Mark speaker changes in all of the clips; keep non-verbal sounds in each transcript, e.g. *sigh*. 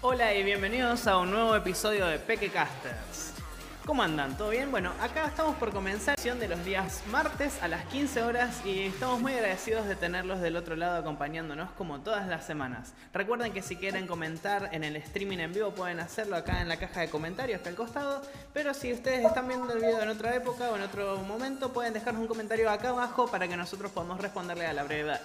Speaker 1: Hola y bienvenidos a un nuevo episodio de Peque Casters. ¿Cómo andan? ¿Todo bien? Bueno, acá estamos por comenzar la sesión de los días martes a las 15 horas y estamos muy agradecidos de tenerlos del otro lado acompañándonos como todas las semanas. Recuerden que si quieren comentar en el streaming en vivo pueden hacerlo acá en la caja de comentarios que al costado, pero si ustedes están viendo el video en otra época o en otro momento pueden dejarnos un comentario acá abajo para que nosotros podamos responderle a la brevedad.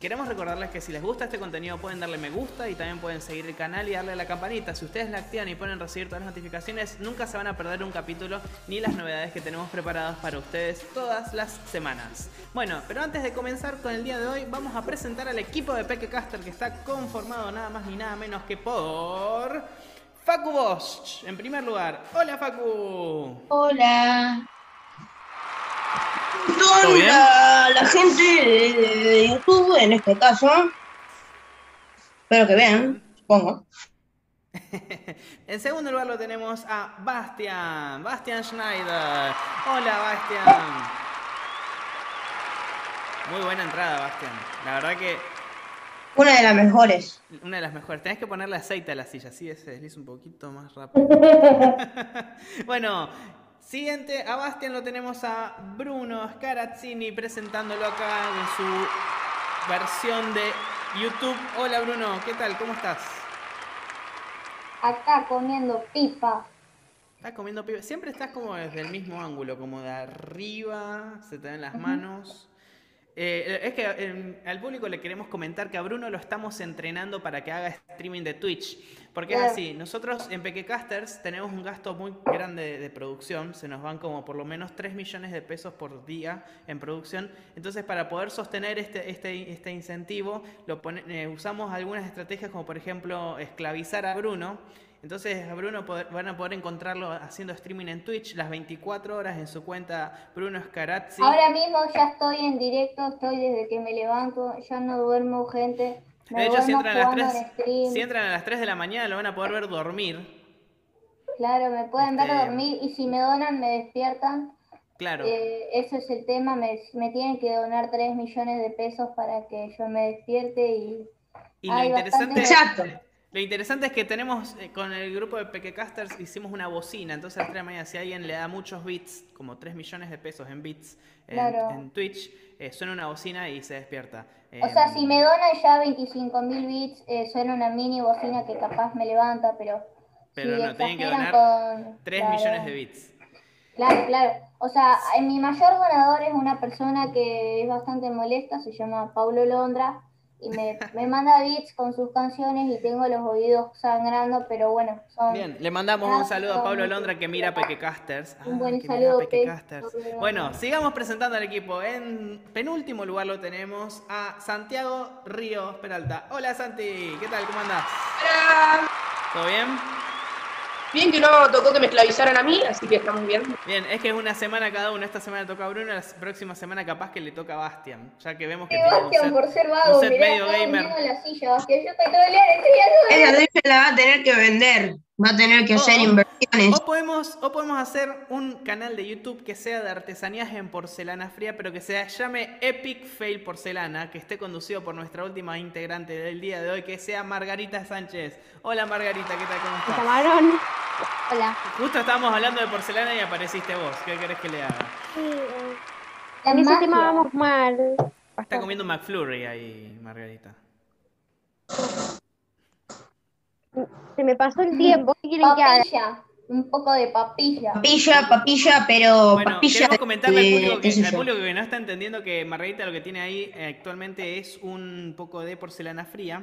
Speaker 1: Queremos recordarles que si les gusta este contenido pueden darle me gusta y también pueden seguir el canal y darle a la campanita. Si ustedes la activan y ponen recibir todas las notificaciones, nunca se van a perder un capítulo ni las novedades que tenemos preparadas para ustedes todas las semanas. Bueno, pero antes de comenzar con el día de hoy, vamos a presentar al equipo de Peque Caster que está conformado nada más ni nada menos que por Facu Bosch, en primer lugar. Hola Facu.
Speaker 2: Hola.
Speaker 1: ¿Todo bien?
Speaker 2: Toda la gente de, de- de YouTube, en este caso. Espero que vean, supongo.
Speaker 1: En segundo lugar lo tenemos a Bastian, Bastian Schneider. Hola Bastian. Muy buena entrada, Bastian. La verdad que
Speaker 2: Una de las mejores.
Speaker 1: una de las mejores. Tenés que ponerle aceite a la silla, así se desliza un poquito más rápido. *laughs* bueno, siguiente, a Bastian lo tenemos a Bruno Scarazzini presentándolo acá en su versión de YouTube. Hola Bruno, ¿qué tal? ¿Cómo estás?
Speaker 3: acá comiendo pipa.
Speaker 1: Estás comiendo pibe. Siempre estás como desde el mismo ángulo, como de arriba, se te ven las manos. Eh, es que eh, al público le queremos comentar que a Bruno lo estamos entrenando para que haga streaming de Twitch. Porque es
Speaker 3: Claro.
Speaker 1: así, nosotros en Pequecasters tenemos un gasto muy grande de, de producción, se nos van como por lo menos 3 millones de pesos por día en producción. Entonces para poder sostener este, este, este incentivo, lo pone- eh, usamos algunas estrategias como por ejemplo esclavizar a Bruno. Entonces a Bruno poder- van a poder encontrarlo haciendo streaming en Twitch las 24 horas en su cuenta Bruno Scarazzi.
Speaker 3: Ahora mismo ya estoy en directo, estoy desde que me levanto, ya no duermo gente. Me
Speaker 1: De hecho, si
Speaker 3: duermo
Speaker 1: entran, a
Speaker 3: jugando
Speaker 1: las
Speaker 3: en
Speaker 1: 3,
Speaker 3: stream.
Speaker 1: si entran a las 3 de la mañana, lo van a poder ver dormir.
Speaker 3: Claro, me pueden ver
Speaker 1: Este-
Speaker 3: dormir y si me donan me despiertan.
Speaker 1: Claro.
Speaker 3: Eh, eso es el tema, me, me tienen que donar 3 millones de pesos para que yo me despierte y...
Speaker 1: Y lo
Speaker 3: hay
Speaker 1: interesante,
Speaker 3: bastante-
Speaker 2: Exacto.
Speaker 1: lo interesante es que tenemos eh, con el grupo de Pequecasters hicimos una bocina. Entonces, a las 3 de la mañana, si alguien le da muchos bits, como 3 millones de pesos en bits en,
Speaker 3: Claro.
Speaker 1: en Twitch, eh, suena una bocina y se despierta.
Speaker 3: O sea,
Speaker 1: Em,
Speaker 3: si me donan ya 25.000 bits, eh, suena una mini bocina que capaz me levanta, pero...
Speaker 1: Pero
Speaker 3: si
Speaker 1: no, tienen que
Speaker 3: exageran con-
Speaker 1: 3
Speaker 3: claro.
Speaker 1: millones de bits.
Speaker 3: Claro, claro. O sea, eh, mi mayor donador es una persona que es bastante molesta, se llama Paulo Londra,
Speaker 1: *laughs*
Speaker 3: y me, me manda beats con sus canciones y tengo los oídos sangrando, pero bueno, son...
Speaker 1: Bien, le mandamos
Speaker 3: Ah,
Speaker 1: un saludo a
Speaker 3: son
Speaker 1: Pablo
Speaker 3: muy
Speaker 1: Londra que mira
Speaker 3: buenos.
Speaker 1: Pequecasters.
Speaker 3: Un
Speaker 1: Ah,
Speaker 3: buen
Speaker 1: que mira
Speaker 3: saludo,
Speaker 1: Pequecasters.
Speaker 3: Pe- Pablo
Speaker 1: Bueno,
Speaker 3: Londra.
Speaker 1: sigamos presentando al equipo. En penúltimo lugar lo tenemos a Santiago Ríos Peralta. Hola Santi, ¿qué tal? ¿Cómo andás?
Speaker 4: Hola.
Speaker 1: ¿Todo bien?
Speaker 4: Bien que no tocó que me esclavizaran a mí, así que estamos bien.
Speaker 1: Bien, es que es una semana cada uno. Esta semana toca a Bruno, la próxima semana capaz que le toca a Bastian, ya que vemos que tiene un
Speaker 3: Sebastián,
Speaker 1: set-
Speaker 3: Eh, por ser
Speaker 1: un
Speaker 3: vago,
Speaker 1: set
Speaker 3: mirá,
Speaker 1: medio
Speaker 3: está
Speaker 1: gamer.
Speaker 3: durmiendo en la silla, Bastián, yo te leo, estoy
Speaker 2: Esa
Speaker 3: haciendo-
Speaker 2: ducha la va a tener que vender. Va a tener que
Speaker 1: Oh.
Speaker 2: hacer inversiones.
Speaker 1: O podemos, o podemos hacer un canal de YouTube que sea de artesanías en porcelana fría, pero que se llame Epic Fail Porcelana, que esté conducido por nuestra última integrante del día de hoy, que sea Margarita Sánchez. Hola Margarita, ¿qué tal? ¿Cómo estás?
Speaker 5: llamaron. Hola.
Speaker 1: Justo estábamos hablando de porcelana y apareciste vos. ¿Qué querés que le haga?
Speaker 5: En ese
Speaker 3: Magia.
Speaker 5: tema vamos mal.
Speaker 1: Está comiendo McFlurry ahí, Margarita.
Speaker 5: Se me pasó el tiempo. ¿Qué quieren que haga?
Speaker 3: Papilla, un poco de papilla.
Speaker 2: Papilla, papilla, pero
Speaker 1: Bueno,
Speaker 2: Oh, papilla.
Speaker 1: queremos comentarle al
Speaker 2: de-
Speaker 1: público, que,
Speaker 2: qué sé
Speaker 1: al
Speaker 2: yo.
Speaker 1: público que no está entendiendo que Margarita lo que tiene ahí eh, actualmente es un poco de porcelana fría,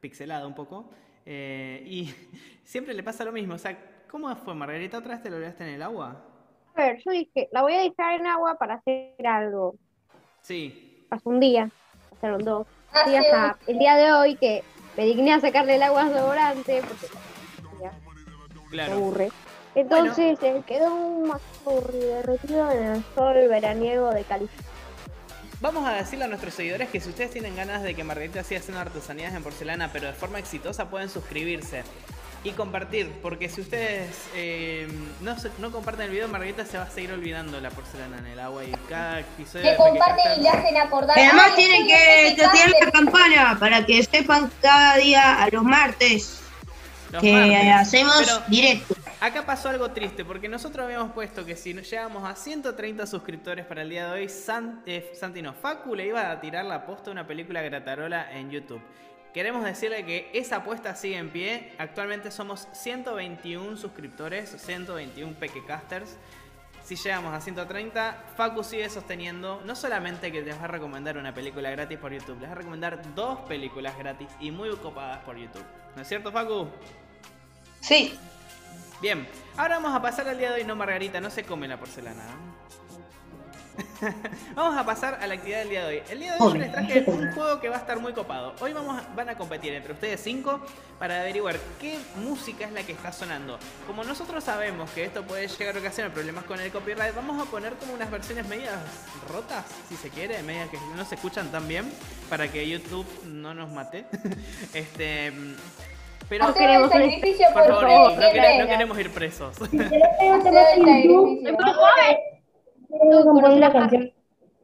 Speaker 1: pixelada un poco, eh, y *laughs* siempre le pasa lo mismo. O sea, ¿cómo fue Margarita? ¿Otra vez te lo olvidaste en el agua?
Speaker 5: A ver, yo dije, la voy a dejar en agua para hacer algo.
Speaker 1: Sí.
Speaker 5: Pasó un día, pasaron dos. Y
Speaker 3: Hace
Speaker 5: hasta el día de hoy que me digné a sacarle el agua sobrante porque ya, me
Speaker 1: Claro.
Speaker 5: aburre. Entonces eh, quedó un mazurri derretido en el sol veraniego de California.
Speaker 1: Vamos a decirle a nuestros seguidores que si ustedes tienen ganas de que Margarita siga haciendo artesanías en porcelana, pero de forma exitosa, pueden suscribirse y compartir, porque si ustedes eh, no, se- no comparten el video, Margarita se va a seguir olvidando la porcelana en el agua y cada episodio...
Speaker 3: Que
Speaker 1: de Peque
Speaker 3: comparten
Speaker 1: Casters-
Speaker 3: y le hacen acordar.
Speaker 2: Y además
Speaker 3: Ay,
Speaker 2: tienen
Speaker 3: estoy en
Speaker 2: que
Speaker 3: Pepe
Speaker 2: totear la
Speaker 3: Cárcel.
Speaker 2: campana para que sepan cada día a los martes
Speaker 1: Los
Speaker 2: que
Speaker 1: martes.
Speaker 2: hacemos
Speaker 1: Pero-
Speaker 2: directo.
Speaker 1: Acá pasó algo triste, porque nosotros habíamos puesto que si llegamos a 130 suscriptores para el día de hoy, San, eh, Santi no, Facu le iba a tirar la aposta de una película gratarola en YouTube. Queremos decirle que esa apuesta sigue en pie. Actualmente somos 121 suscriptores, 121 Pekecasters. Si llegamos a 130, Facu sigue sosteniendo no solamente que les va a recomendar una película gratis por YouTube, les va a recomendar dos películas gratis y muy copadas por YouTube. ¿No es cierto, Facu?
Speaker 2: Sí.
Speaker 1: Bien, ahora vamos a pasar al día de hoy. No, Margarita, no se come la porcelana. ¿eh? *laughs* vamos a pasar a la actividad del día de hoy. El día de hoy yo
Speaker 2: Pobre,
Speaker 1: les traje
Speaker 2: no se
Speaker 1: un
Speaker 2: come.
Speaker 1: juego que va a estar muy copado. Hoy vamos a- van a competir entre ustedes cinco para averiguar qué música es la que está sonando. Como nosotros sabemos que esto puede llegar a ocasionar problemas con el copyright, vamos a poner como unas versiones medias rotas, si se quiere, medias que no se escuchan tan bien, para que YouTube no nos mate. *laughs* este, pero
Speaker 5: Ok. queremos
Speaker 3: Hacemos el sacrificio
Speaker 1: por
Speaker 3: por
Speaker 1: favor,
Speaker 5: favor,
Speaker 1: no,
Speaker 3: ustedes,
Speaker 1: quere- no
Speaker 3: nena.
Speaker 1: queremos ir presos.
Speaker 3: Haced el sacrificio.
Speaker 5: Tengo que componer una canción.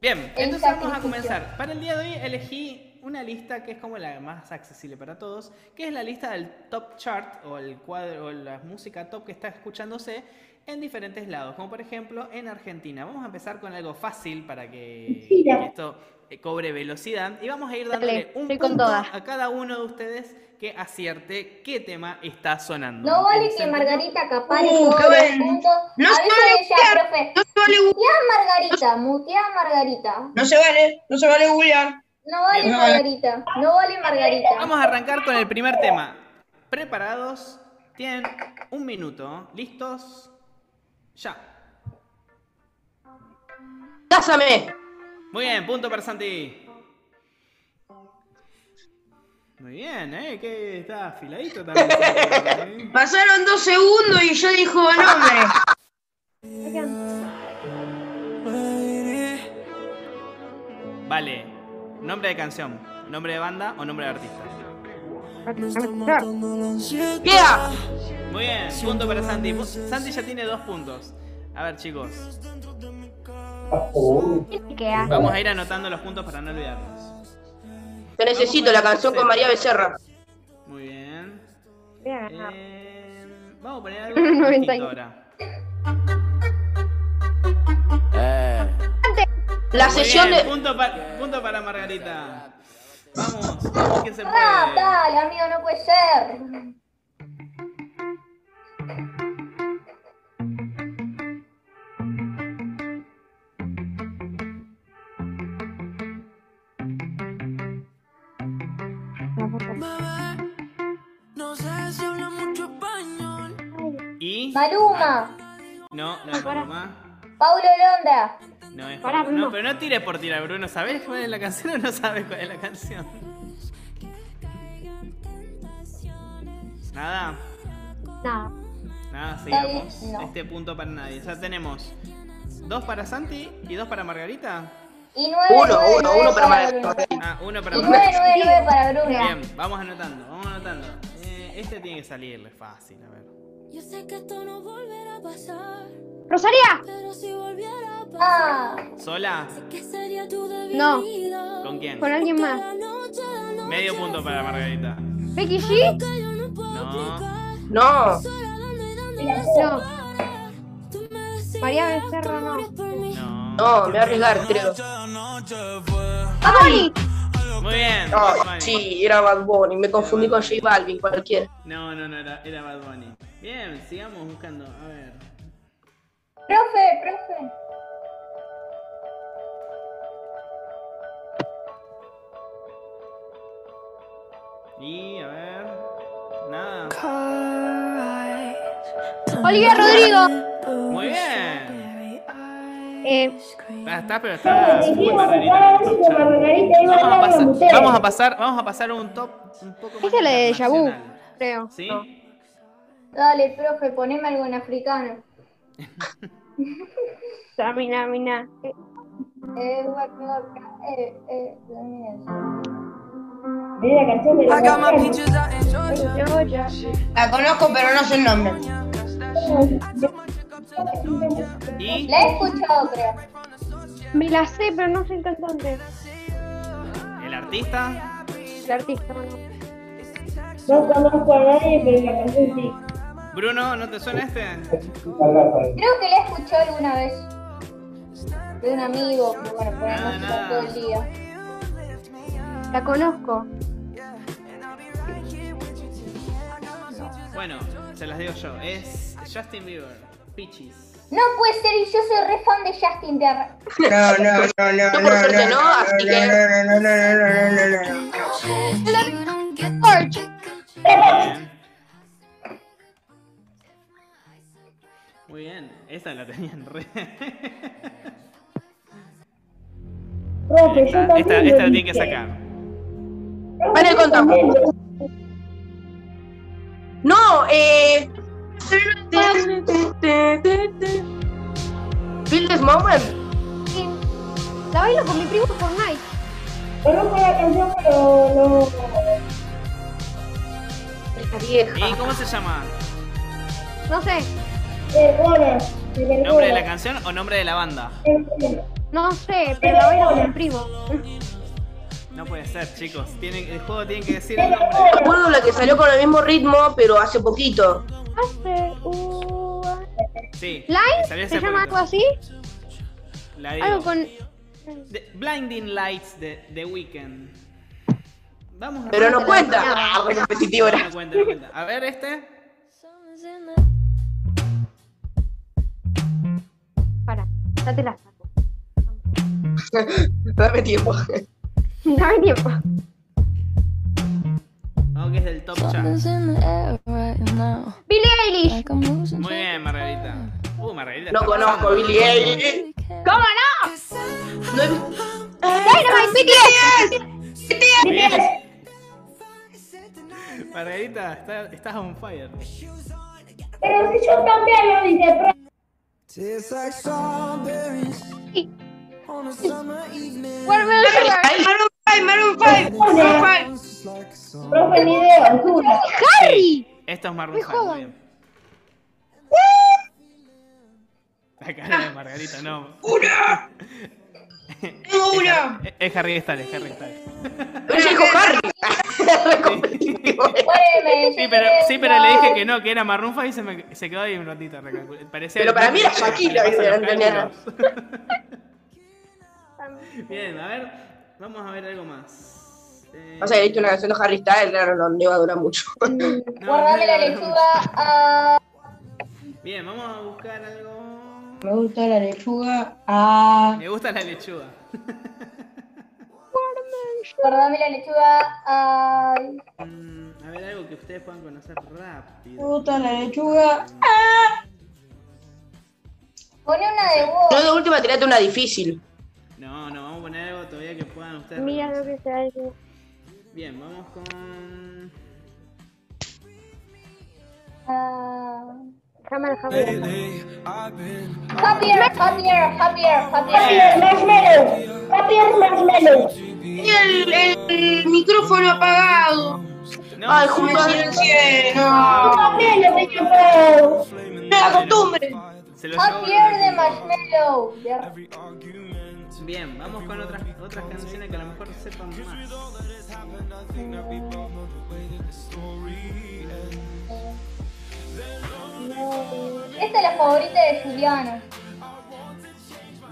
Speaker 1: Bien,
Speaker 3: El
Speaker 1: entonces vamos a
Speaker 3: sacrificio.
Speaker 1: comenzar. Para el día de hoy elegí una lista que es como la más accesible para todos, que es la lista del top chart o el cuadro o la música top que está escuchándose en diferentes lados, como por ejemplo en Argentina. Vamos a empezar con algo fácil para que
Speaker 5: Mira.
Speaker 1: esto eh, cobre velocidad y vamos a ir
Speaker 5: Dale,
Speaker 1: dándole un
Speaker 5: estoy con
Speaker 1: punto
Speaker 5: todas.
Speaker 1: a cada uno de ustedes que acierte qué tema está sonando.
Speaker 3: No vale que
Speaker 1: ¿Se entendió?
Speaker 3: Margarita capare
Speaker 2: Uh,
Speaker 3: todos
Speaker 2: qué
Speaker 3: los
Speaker 2: bueno.
Speaker 3: puntos.
Speaker 2: No
Speaker 3: a veces
Speaker 2: sabe
Speaker 3: ella,
Speaker 2: bucear.
Speaker 3: profe,
Speaker 2: No se vale, gu-
Speaker 3: mutea a Margarita, mutea a Margarita.
Speaker 2: no se vale, no se vale googlear.
Speaker 3: No vale
Speaker 2: No.
Speaker 3: Margarita, no vale Margarita.
Speaker 1: Vamos a arrancar con el primer tema. ¿Preparados? Tienen un minuto. ¿Listos? Ya.
Speaker 4: ¡Cásame!
Speaker 1: Muy bien, punto para Santi. Muy bien, ¿eh? Que está afiladito también. Santi, ¿eh?
Speaker 2: Pasaron dos segundos y yo dijo *laughs* nombre.
Speaker 1: Vale. Nombre de canción, nombre de banda o nombre de artista.
Speaker 4: ¡Queda!
Speaker 1: Muy bien, punto para Santi. Pu- Santi ya tiene dos puntos. A ver, chicos. Vamos a ir anotando los puntos para no olvidarnos.
Speaker 4: Te necesito la canción con María Becerra.
Speaker 1: Muy bien.
Speaker 5: Bien.
Speaker 1: Eh, vamos a poner algo distinto ahora.
Speaker 4: La
Speaker 1: Muy
Speaker 4: sesión
Speaker 1: bien,
Speaker 4: de.
Speaker 1: punto, pa- punto para Margarita. Vamos, vamos que se
Speaker 3: Ah,
Speaker 1: puede.
Speaker 3: dale, amigo, no puede ser.
Speaker 6: Bebé, no sé si habla mucho español.
Speaker 1: Y
Speaker 3: Maluma,
Speaker 1: no, no es Maluma.
Speaker 3: Paulo Londra.
Speaker 1: No es
Speaker 5: Pará,
Speaker 1: Maluma. No,
Speaker 5: Bruno.
Speaker 1: pero no tires por tirar, Bruno. ¿Sabes cuál es la canción o no sabes cuál es la canción? Nada,
Speaker 5: Nada.
Speaker 1: nada,
Speaker 3: Está bien,
Speaker 1: sigamos.
Speaker 3: no.
Speaker 1: Este punto para nadie. Ya tenemos dos para Santi y dos para Margarita.
Speaker 3: Y 9,
Speaker 4: Uno, uno, uno para
Speaker 3: Bruno.
Speaker 4: María.
Speaker 1: Ah, uno para
Speaker 3: Y 9,
Speaker 1: Margarita.
Speaker 3: 9, 9 para Bruno.
Speaker 1: Bien, vamos anotando, vamos anotando. Eh, este tiene que salirle fácil, a ver.
Speaker 6: Yo sé que esto no volverá a pasar,
Speaker 5: Rosalía.
Speaker 6: pero si volviera a
Speaker 3: Ah,
Speaker 6: pasar,
Speaker 1: ¿Sola?
Speaker 6: ¿qué sería tu
Speaker 5: No.
Speaker 6: debilidad?
Speaker 1: ¿Con quién?
Speaker 5: Con alguien más.
Speaker 6: La noche, la noche
Speaker 1: Medio punto para Margarita.
Speaker 5: Becky G.
Speaker 6: que yo no puedo
Speaker 1: No.
Speaker 6: explicar.
Speaker 4: No.
Speaker 6: Solo dando y dando
Speaker 5: No.
Speaker 6: parar. Tú me decías
Speaker 5: María Becerra,
Speaker 6: que
Speaker 5: no.
Speaker 6: morías por mí.
Speaker 1: No.
Speaker 4: No, me voy a arriesgar, creo.
Speaker 5: Amani.
Speaker 1: Muy bien.
Speaker 4: No,
Speaker 1: Bad Bunny.
Speaker 4: sí, era Bad Bunny. Me confundí con J Balvin, cualquiera.
Speaker 1: No, no, no, era, era Bad Bunny. Bien, sigamos buscando. A ver.
Speaker 3: profe, profe.
Speaker 1: Y a ver. Nada.
Speaker 5: Olivia Rodrigo.
Speaker 1: Muy bien.
Speaker 5: Eh,
Speaker 1: Está, está, pero está. Muy Margarita. Vamos a pasar, vamos a pasar, vamos a pasar un top un poco más.
Speaker 5: esa es la de Déjà Vu,
Speaker 1: internacional.
Speaker 5: creo.
Speaker 1: ¿Sí?
Speaker 5: No.
Speaker 3: Dale, profe, poneme algo en africano.
Speaker 5: Samina, mina. Eh,
Speaker 3: Eh, guac, guac, eh, eh, dame
Speaker 6: I got my peaches out in Georgia.
Speaker 5: yo, yo.
Speaker 2: La conozco, pero no sé el nombre.
Speaker 3: eso.
Speaker 1: Y.
Speaker 3: La he escuchado, creo.
Speaker 5: Me la sé, pero no sé el cantante.
Speaker 1: El artista.
Speaker 5: El artista, no.
Speaker 7: No conozco a nadie, pero capaz que sí.
Speaker 1: Bruno, ¿no te suena este?
Speaker 3: Creo que la escuché alguna vez. De un amigo, pero bueno, por ahí no
Speaker 1: Nada, nada.
Speaker 3: escuchó todo el día.
Speaker 5: La conozco.
Speaker 1: Bueno, se las digo yo. Es Justin Bieber. Peaches.
Speaker 3: No puede ser, y yo soy re fan de Justin Bieber.
Speaker 2: No, no, no, no.
Speaker 4: Yo por suerte no, así que-
Speaker 2: No, no, no, no, no, no, no, no, no.
Speaker 1: Bien. Muy bien, esa la tenían re.
Speaker 7: Profe, yo
Speaker 1: Esta,
Speaker 7: también.
Speaker 1: esta,
Speaker 7: lo
Speaker 1: esta la tienen que
Speaker 7: dije.
Speaker 1: sacar.
Speaker 7: Profe,
Speaker 4: Vale,
Speaker 7: yo
Speaker 4: conta.
Speaker 7: también lo dije.
Speaker 4: No, eh. Feel this moment.
Speaker 5: Sí. La bailo con mi primo Fortnite.
Speaker 7: Conozco la canción, pero no.
Speaker 4: Esta vieja.
Speaker 1: ¿Y cómo se llama?
Speaker 5: No sé,
Speaker 7: Vergona. De vergona.
Speaker 1: ¿Nombre de la canción o nombre de la banda?
Speaker 7: Vergona.
Speaker 5: no sé, pero la bailo con mi primo.
Speaker 1: No puede ser, chicos. Tienen, el juego tiene que decir
Speaker 7: De
Speaker 1: el nombre.
Speaker 7: vergona.
Speaker 4: Recuerdo la que salió con el mismo ritmo, pero hace poquito.
Speaker 5: Hace un-
Speaker 1: Sí.
Speaker 5: Line
Speaker 1: salió
Speaker 5: se
Speaker 1: hace
Speaker 5: llama algo
Speaker 1: poquito.
Speaker 5: así.
Speaker 1: La digo.
Speaker 5: Algo con.
Speaker 1: The Blinding Lights de The Weeknd. Vamos a
Speaker 4: Pero no cuenta. Ah, bueno, repetitivo
Speaker 1: No,
Speaker 4: era. *laughs*
Speaker 1: no cuenta, no cuenta. A ver, este.
Speaker 5: Para, ya te la saco.
Speaker 4: Dame tiempo.
Speaker 5: Dame tiempo.
Speaker 1: Vamos que es del top chart.
Speaker 5: *laughs* Billie Eilish.
Speaker 1: Muy bien, Margarita. Uh, Margarita.
Speaker 4: No
Speaker 1: está
Speaker 4: conozco a
Speaker 1: pasando.
Speaker 4: Billie Eilish.
Speaker 5: ¿Cómo no?
Speaker 4: No he visto.
Speaker 5: Dynamite BTS.
Speaker 1: Bien. Margarita, está- estás on fire.
Speaker 7: Pero si yo también lo dije, profe.
Speaker 6: Tastes like strawberries on a summer evening.
Speaker 5: Warmer Sugar.
Speaker 2: Maroon five, Maroon five, Maroon five.
Speaker 6: Sounds like a song.
Speaker 7: Profe, ni idea, altura.
Speaker 1: ¡Harry! Esto es Maroon
Speaker 5: Me
Speaker 1: 5, muy
Speaker 5: jodan.
Speaker 1: bien. La cara de Margarita, no.
Speaker 4: *laughs*
Speaker 2: Tengo uno.
Speaker 1: Es- Es Harry Styles, es Harry Styles.
Speaker 4: Pero ella dijo Harry. *laughs* Repetitivo era.
Speaker 3: Poneme,
Speaker 1: Sí,
Speaker 3: yo
Speaker 1: pero,
Speaker 3: quiero
Speaker 1: sí, pero le
Speaker 3: entrar.
Speaker 1: dije que no, que era Maroon Five y se, me, se quedó ahí un ratito. recalculé. Parecía
Speaker 4: Pero para mí era Shakira,
Speaker 1: Le pasan los
Speaker 4: Adriana.
Speaker 1: cálculos. *laughs* Bien, a ver, vamos a ver algo más. Eh,
Speaker 4: O sea, he hecho una canción de Harry Styles, claro, no, no iba a durar mucho.
Speaker 1: no, no,
Speaker 3: Guardame la
Speaker 1: no, no.
Speaker 3: lechuga a.
Speaker 1: Bien, vamos a buscar algo.
Speaker 2: Me gusta la lechuga. Ah.
Speaker 1: Me gusta la lechuga.
Speaker 3: Guardame la lechuga a.
Speaker 1: Mm, A ver, algo que ustedes puedan conocer
Speaker 2: Me
Speaker 1: rápido.
Speaker 2: gusta la lechuga.
Speaker 3: Pone una de vos.
Speaker 4: No, de última tirate una difícil.
Speaker 1: No, no, vamos a poner algo todavía que puedan ustedes.
Speaker 5: Mira lo
Speaker 1: reconocer.
Speaker 5: que se hace.
Speaker 1: Bien, vamos con.
Speaker 3: Ah.
Speaker 5: Jamás, jamás.
Speaker 6: Lately, I've been
Speaker 3: Happier, happier, happier, happier.
Speaker 7: Papier, marshmallow. Papier, marshmallow.
Speaker 2: El, el micrófono apagado.
Speaker 1: No,
Speaker 4: Ay,
Speaker 1: no,
Speaker 4: Julio,
Speaker 2: No silencié, no.
Speaker 7: Papier, lo que yo puedo.
Speaker 6: flaming
Speaker 2: No la costumbre.
Speaker 1: se lo llevó
Speaker 3: Happier de
Speaker 1: Bruno.
Speaker 3: marshmallow. De-
Speaker 6: every argument.
Speaker 1: Bien, vamos con otras, otras canciones que a lo mejor sepan más.
Speaker 3: Esta es la favorita de Juliano.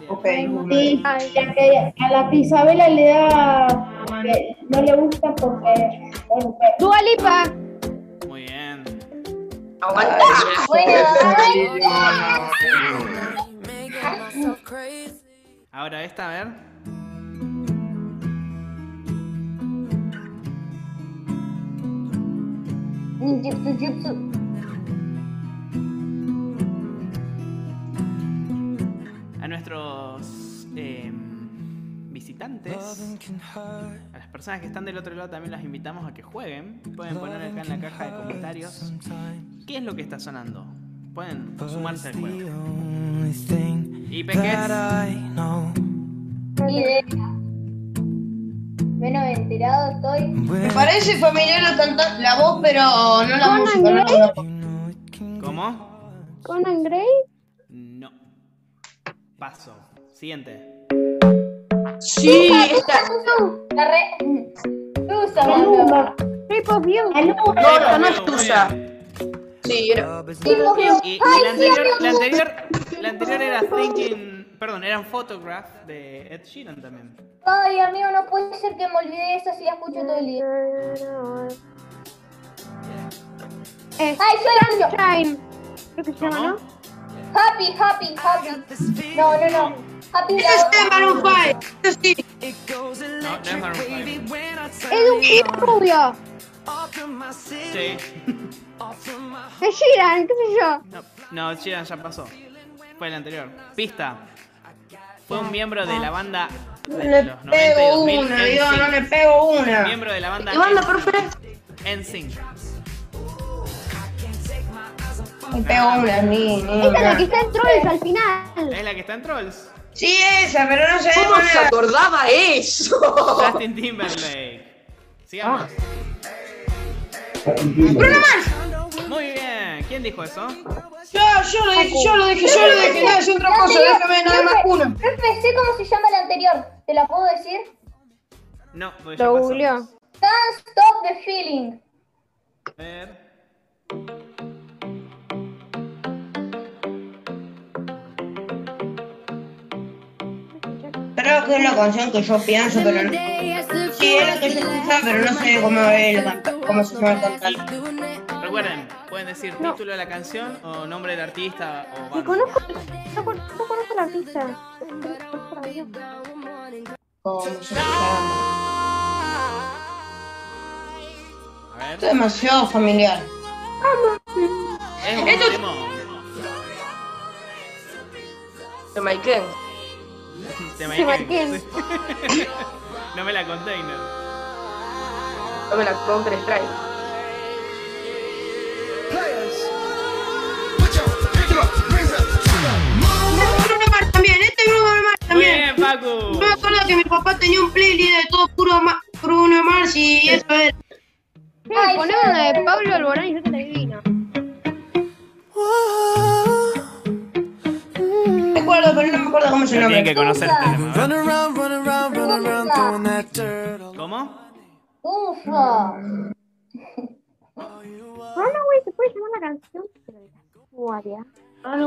Speaker 2: Ok.
Speaker 7: Sí, la que a la que Isabela le da. que No le gusta porque. bueno, que-
Speaker 5: Dua Lipa.
Speaker 1: Muy bien.
Speaker 4: Aguanta.
Speaker 3: Bueno,
Speaker 6: Making myself crazy.
Speaker 1: Ahora esta, a ver.
Speaker 3: ninjutsu, jutsu.
Speaker 1: A nuestros eh, visitantes,
Speaker 6: Loving can hurt.
Speaker 1: a las personas que están del otro lado también las invitamos a que jueguen. Pueden poner
Speaker 6: Loving
Speaker 1: acá en la
Speaker 6: can
Speaker 1: caja de
Speaker 6: hurt
Speaker 1: comentarios
Speaker 6: sometimes,
Speaker 1: qué es lo que está sonando. Pueden
Speaker 6: but it's
Speaker 1: sumarse al
Speaker 6: the
Speaker 1: juego.
Speaker 6: only thing
Speaker 1: Y
Speaker 6: that
Speaker 1: Peques,
Speaker 6: I know.
Speaker 3: Idea. Menos enterado estoy.
Speaker 2: Me
Speaker 6: When
Speaker 2: parece familiar la, canta- la voz, pero no la música. No, no.
Speaker 6: you know it can get
Speaker 1: ¿cómo?
Speaker 5: Conan Gray.
Speaker 1: No. Paso. Siguiente.
Speaker 4: Sí, esta.
Speaker 3: La re. Tusa,
Speaker 7: Maluma.
Speaker 5: Sí, tipos bien.
Speaker 7: Saludos.
Speaker 4: No, esta no es
Speaker 1: Muy
Speaker 4: tuya.
Speaker 1: bien.
Speaker 4: Sí, era.
Speaker 3: Tipo que-
Speaker 1: Y, y
Speaker 3: ¡Ay,
Speaker 1: la,
Speaker 3: sí,
Speaker 1: anterior,
Speaker 3: amigo!
Speaker 1: la, anterior, la anterior era Thinking. Perdón, eran Photograph de Ed Sheeran también.
Speaker 3: Ay, amigo, no puede ser que me olvide esa si la escucho todo el día.
Speaker 5: Eh,
Speaker 3: Ay, soy yo.
Speaker 5: Shine. Creo que se llama,
Speaker 1: ¿Cómo?
Speaker 5: ¿no?
Speaker 3: Happy, happy, happy. No, no, no. Happy
Speaker 2: Ese es de
Speaker 3: la
Speaker 2: Maroon 5. Ese sí.
Speaker 5: Es un pibe rubio.
Speaker 1: Sí.
Speaker 5: De Sheeran, qué sé yo.
Speaker 1: No, no, Sheeran ya pasó. Fue el anterior. Pista. Fue un miembro de la banda. De
Speaker 2: Le
Speaker 1: los 90 y
Speaker 2: pego
Speaker 1: 2000
Speaker 2: una, Dios, no le
Speaker 1: NSYNC.
Speaker 2: pego una.
Speaker 1: Miembro de la banda.
Speaker 4: ¿Qué banda, profe?
Speaker 1: NSYNC.
Speaker 2: Le pego una, ni, ni
Speaker 5: Esta es la
Speaker 2: una.
Speaker 5: que está en Trolls al final.
Speaker 1: Es la que está en Trolls.
Speaker 2: Sí, esa, pero no sé.
Speaker 4: ¿Cómo se acordaba
Speaker 2: Oh.
Speaker 4: eso?
Speaker 1: Justin Timberlake. Sigamos. Muy bien. ¿Quién dijo eso?
Speaker 2: Yo, yo lo dije, yo lo dije, yo lo dije. No, es otra cosa, déjame nada más una.
Speaker 3: Profe, sé cómo se llama el anterior. ¿Te la puedo decir?
Speaker 1: No, porque ya
Speaker 5: Lo
Speaker 1: pasó.
Speaker 5: googleó.
Speaker 3: Can't stop the feeling.
Speaker 1: A ver.
Speaker 2: Creo que es la canción que yo pienso, pero no. Sí, es la que se escucha, pero no sé cómo, es la canta- cómo se llama el cantante.
Speaker 1: Recuerden, pueden decir título de la canción o nombre del artista o
Speaker 5: Me
Speaker 1: banda.
Speaker 5: conozco. No, con- no conozco la artista. Conozco la banda.
Speaker 2: ¿Cómo se llama?
Speaker 1: A ver.
Speaker 2: Esto es demasiado familiar.
Speaker 1: Es un temón.
Speaker 4: De Maiken.
Speaker 1: Te
Speaker 5: Se
Speaker 1: imaginé.
Speaker 5: marquen.
Speaker 2: *laughs*
Speaker 1: No me la container.
Speaker 4: No me la counter strike.
Speaker 2: Este Bruno Mars también, este Bruno Mars
Speaker 1: Muy
Speaker 2: también.
Speaker 1: bien, Paco.
Speaker 2: Yo me acuerdo que mi papá tenía un playlist de todo puro Ma- Bruno Mars y eso era.
Speaker 5: Ay, Poné una de Pablo Alborán y yo te la adivino.
Speaker 2: Recuerdo, pero no me acuerdo cómo se
Speaker 1: Tienen que
Speaker 2: llama.
Speaker 1: conocer este tema.
Speaker 6: Run around, run around, run around, throwing that dirt all
Speaker 1: ¿Cómo?
Speaker 3: Ufa.
Speaker 5: Runaway se puede llamar la canción. Guaria.
Speaker 1: Este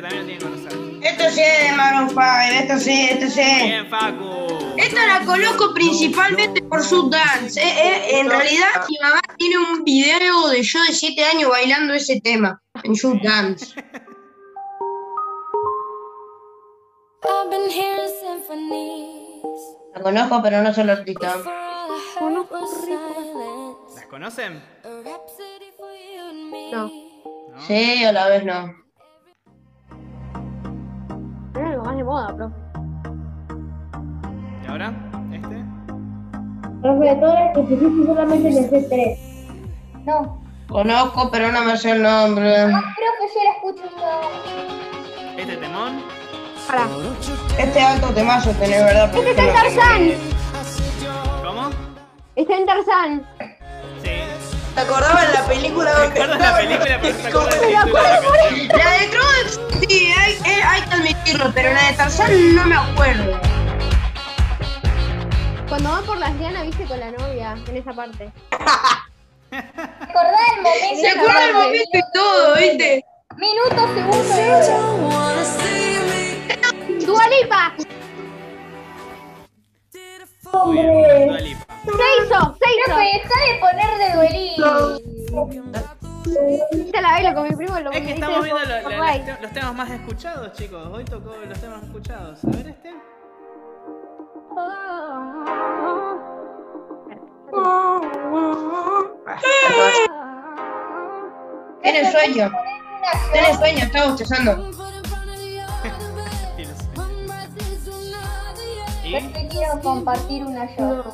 Speaker 1: también lo tienen que conocer.
Speaker 2: Esto sí es de Maroon 5, esto sí, esto sí.
Speaker 1: Bien, Facu.
Speaker 2: Esta la coloco principalmente por su dance. Eh, eh, en realidad, mi mamá tiene un video de yo de 7 años bailando ese tema en su dance.
Speaker 8: I've been hearing symphonies
Speaker 2: La conozco, pero no soy la artista.
Speaker 8: for all I heard was silence.
Speaker 1: ¿Las conocen?
Speaker 8: A rhapsody for you and me.
Speaker 5: No.
Speaker 1: ¿No?
Speaker 2: Sí, a la vez no.
Speaker 5: Era algo más de moda, bro.
Speaker 1: ¿Y ahora? ¿Este?
Speaker 7: Profe, todas las que pusiste solamente me sé tres.
Speaker 3: No.
Speaker 2: Conozco, pero no me sé el nombre.
Speaker 3: Profe, yo la escucho yo.
Speaker 1: ¿Este temón?
Speaker 5: Pará.
Speaker 2: Este alto temazo tenés, ¿verdad? Porque
Speaker 5: Está en
Speaker 2: yo no-
Speaker 5: Tarzán.
Speaker 1: ¿Cómo?
Speaker 5: Está en Tarzán.
Speaker 1: Sí.
Speaker 4: ¿Te acordabas de la película donde
Speaker 1: ¿Recuerdas la película? Pero no te acuerdas
Speaker 4: ¿Cómo
Speaker 1: el título de la canción.
Speaker 2: La de Trolls, sí, hay, eh, hay que admitirlo, pero la de Tarzán no me acuerdo.
Speaker 5: Cuando va por las lianas, viste con la novia. En esa parte.
Speaker 3: Recordá el momento.
Speaker 5: Se acuerda el
Speaker 2: momento y todo, ¿viste?
Speaker 3: Minutos, segundos.
Speaker 6: Don't wanna see me.
Speaker 5: Dualipa.
Speaker 6: Did it for
Speaker 1: Muy bien, Dua Lipa.
Speaker 5: Se hizo. Se
Speaker 3: Profe, deja de poner de duelito.
Speaker 5: hizo. Te la bailo con mi primo. Lo
Speaker 1: Es que
Speaker 5: dice
Speaker 1: estamos viendo lo- lo-
Speaker 5: Spotify.
Speaker 1: los, los temas más escuchados, chicos. Hoy tocó los temas más escuchados. A ver este.
Speaker 5: Ah.
Speaker 2: Ah,
Speaker 5: Este
Speaker 2: Tiene sueño,
Speaker 3: Una
Speaker 2: tiene sueño, está bostezando.
Speaker 1: Tienes- ¿Y?
Speaker 3: yo
Speaker 2: Este.
Speaker 3: te quiero compartir una yo.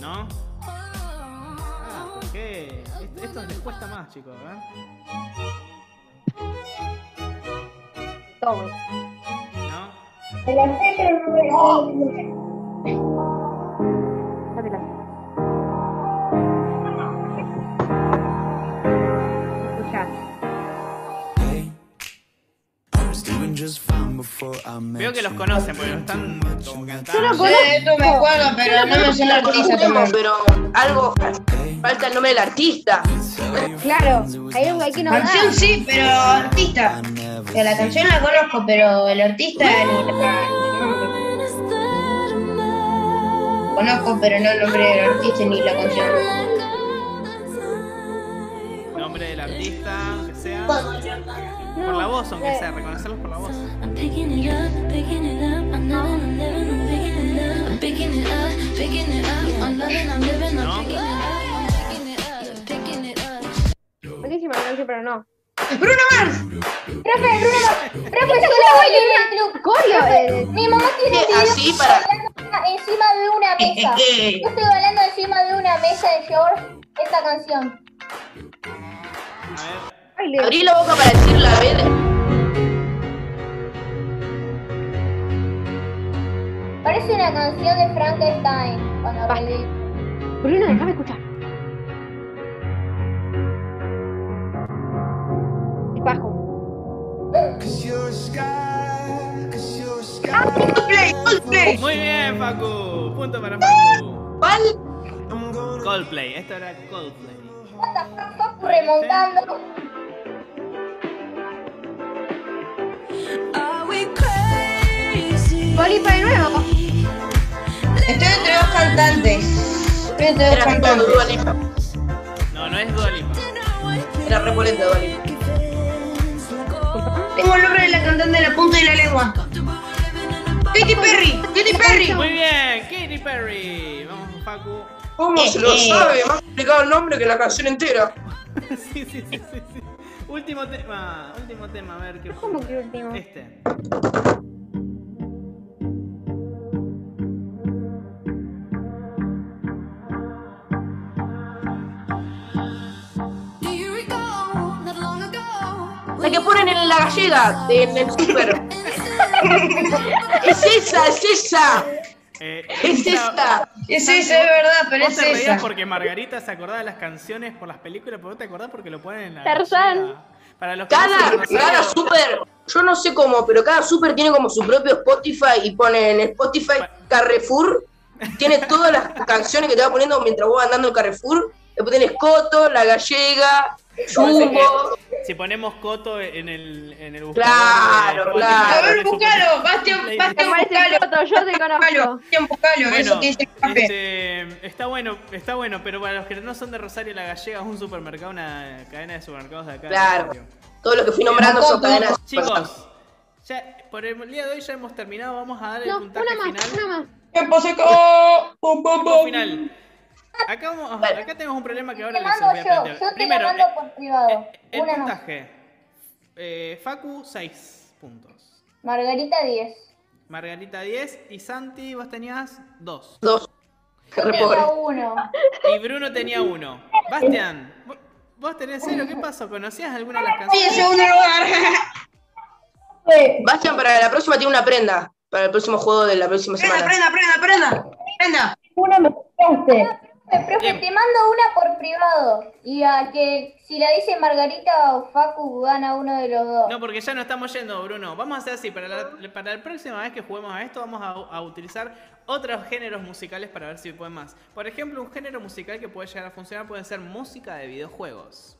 Speaker 1: ¿No? Ah, ¿por qué? Est- Esto les cuesta más, chicos, ¿eh?
Speaker 5: Todo.
Speaker 1: ¿No?
Speaker 7: Me la sé, pero no me
Speaker 1: Oh.
Speaker 7: la sé.
Speaker 6: I was doing just fine
Speaker 1: Veo que los conocen, porque los están como cantando.
Speaker 2: Eh, no me acuerdo, pero no me sé el artista tampoco.
Speaker 4: Pero algo falta el nombre del artista.
Speaker 5: Claro, hay algo aquí no da.
Speaker 2: Canción sí, pero artista. O sea, la canción la conozco, pero el artista ni la- no, no conozco, pero no el nombre del artista ni la canción.
Speaker 1: Nombre del artista, aunque sea. Por la voz, aunque sea, reconocerlos por la voz.
Speaker 8: I'm picking it up, picking it up. I know I'm living, I'm picking it up. I'm picking it up, picking it up. I'm loving, I'm living, I'm picking it up. I'm picking it up, I'm picking it up.
Speaker 5: Buenísima la canción, pero no.
Speaker 2: Bruno Mars.
Speaker 3: Profe, Bruno, profe, yo la bailé en el club.
Speaker 5: Coreo
Speaker 3: Profe,
Speaker 5: de.
Speaker 3: Mi mamá tiene un video
Speaker 4: Así para.
Speaker 3: bailando encima de una
Speaker 4: *laughs*
Speaker 3: mesa. Yo estoy bailando encima de una mesa de short esta canción.
Speaker 5: baile.
Speaker 4: Abrí la boca para decirla a ver.
Speaker 3: Parece una canción de Frankenstein. Cuando
Speaker 5: Basta.
Speaker 3: bailé.
Speaker 5: Bruno, déjame escuchar. Es bajo.
Speaker 2: Coldplay, Coldplay.
Speaker 1: Muy bien, Facu. Punto para Facu.
Speaker 4: ¿Cuál?
Speaker 1: Coldplay, esto era Coldplay.
Speaker 3: What the fuck, Facu remontando.
Speaker 8: Are we crazy?
Speaker 5: Colipa de nuevo.
Speaker 2: Estoy entre dos cantantes. Estoy entre dos
Speaker 4: Era todo
Speaker 2: cantantes.
Speaker 4: Dua Lipa.
Speaker 1: No, no es Dua Lipa.
Speaker 4: Era repolenta Dua Lipa.
Speaker 2: Tengo el nombre de la cantante en la punta de la lengua. Katy Perry, Katy Perry.
Speaker 1: Muy bien, Katy Perry. Vamos, Facu. *laughs*
Speaker 4: ¿Cómo
Speaker 2: se lo sabe?
Speaker 4: Más complicado el nombre que la canción entera.
Speaker 1: Sí, sí, sí, sí, sí. Último tema, último tema, a ver qué
Speaker 5: ¿Cómo que último?
Speaker 1: Este.
Speaker 8: Do you recall not long ago?
Speaker 4: La que ponen en la gallega, de- en el súper. es esa, es esa.
Speaker 1: Eh,
Speaker 4: Es esa.
Speaker 2: Es esa, es verdad, pero
Speaker 1: Vos
Speaker 2: es
Speaker 1: te reías
Speaker 2: esa.
Speaker 1: porque Margarita se acordaba de las canciones por las películas, pero vos te acordás porque lo ponen en la.
Speaker 5: Tarzán.
Speaker 1: galleta. Para los que no
Speaker 4: Cada,
Speaker 1: saben, Rosario-
Speaker 4: cada súper, yo no sé cómo, pero cada súper tiene como su propio Spotify y pone en Spotify Carrefour. Tiene todas las canciones que te va poniendo mientras vos andando en Carrefour. Después tenés Coto, La Gallega, Jumbo.
Speaker 1: Si ponemos Coto en el, en el buscador. eh,
Speaker 4: Claro,
Speaker 1: de Spotify,
Speaker 4: claro.
Speaker 2: A ver, buscalo, Bastian, Bastian,
Speaker 5: Parece
Speaker 2: buscalo.
Speaker 5: foto, yo te
Speaker 2: Buscalo,
Speaker 5: conozco.
Speaker 2: Bastian, buscalo, eso
Speaker 1: Bueno,
Speaker 2: que dice el café.
Speaker 1: este, está bueno, está bueno, pero para los que no son de Rosario, La Gallega es un supermercado, una cadena de supermercados de acá. de
Speaker 4: Claro.
Speaker 1: Rosario.
Speaker 4: Todo lo que fui nombrando son cadenas.
Speaker 1: Chicos, ya, por el día de hoy ya hemos terminado, vamos a dar el
Speaker 5: No,
Speaker 1: puntaje
Speaker 5: una más,
Speaker 1: final.
Speaker 5: una más.
Speaker 2: Tiempo seco. Pum, pum,
Speaker 1: Punto
Speaker 2: pum.
Speaker 1: final. Acá, vamos-
Speaker 4: Vale.
Speaker 1: acá tenemos un problema que
Speaker 3: Te
Speaker 1: ahora
Speaker 3: la
Speaker 1: les voy
Speaker 3: mando
Speaker 1: a
Speaker 3: yo,
Speaker 1: plantear.
Speaker 3: yo te la
Speaker 1: Primero,
Speaker 3: mando por privado.
Speaker 1: eh, el
Speaker 3: Una más.
Speaker 1: puntaje. Eh, Facu, 6 puntos.
Speaker 3: Margarita 10.
Speaker 1: Margarita, 10. Y Santi, vos tenías 2.
Speaker 4: Dos.
Speaker 3: Yo
Speaker 4: Re
Speaker 3: tenía
Speaker 4: pobre.
Speaker 1: *laughs*
Speaker 3: 1.
Speaker 1: Y Bruno tenía 1. Bastian, vo- vos tenés 0. ¿Qué pasó? ¿Conocías alguna de las
Speaker 2: Estoy en
Speaker 1: canciones?
Speaker 2: segundo lugar.
Speaker 7: Fue-
Speaker 4: Bastian, para la próxima tiene una prenda. Para el próximo juego de la próxima
Speaker 2: Prenda,
Speaker 4: semana.
Speaker 2: prenda, prenda, prenda. Prenda.
Speaker 7: Una me sacaste.
Speaker 3: Eh, Profe,
Speaker 1: Bien.
Speaker 3: te mando una por privado. Y a que si la dice Margarita o Facu, gana uno de los dos.
Speaker 1: No, porque ya no estamos yendo, Bruno. Vamos a hacer así. Para la, para la próxima vez que juguemos a esto, vamos a, a utilizar otros géneros musicales para ver si pueden más. Por ejemplo, un género musical que puede llegar a funcionar puede ser música de videojuegos.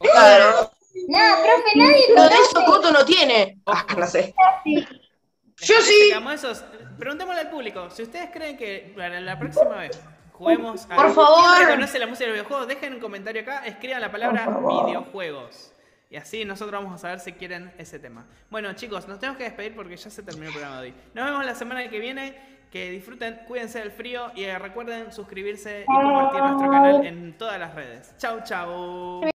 Speaker 4: Claro.
Speaker 3: Nada, profe, nadie
Speaker 4: Pero de
Speaker 3: conoce.
Speaker 4: eso Coto no tiene. Ah, no sé.
Speaker 2: Yo
Speaker 1: Espera,
Speaker 2: sí.
Speaker 1: sacamos esos. Preguntémosle al público. Si ustedes creen que para la próxima vez juguemos a.
Speaker 2: Por favor.
Speaker 1: ¿Quién reconoce la música de los videojuegos? Dejen un comentario acá. Escriban la palabra videojuegos. Y así nosotros vamos a saber si quieren ese tema. Bueno, chicos, nos tenemos que despedir porque ya se terminó el programa de hoy. Nos vemos la semana que viene. Que disfruten, cuídense del frío y eh, recuerden suscribirse y compartir nuestro canal en todas las redes. Chau, chau.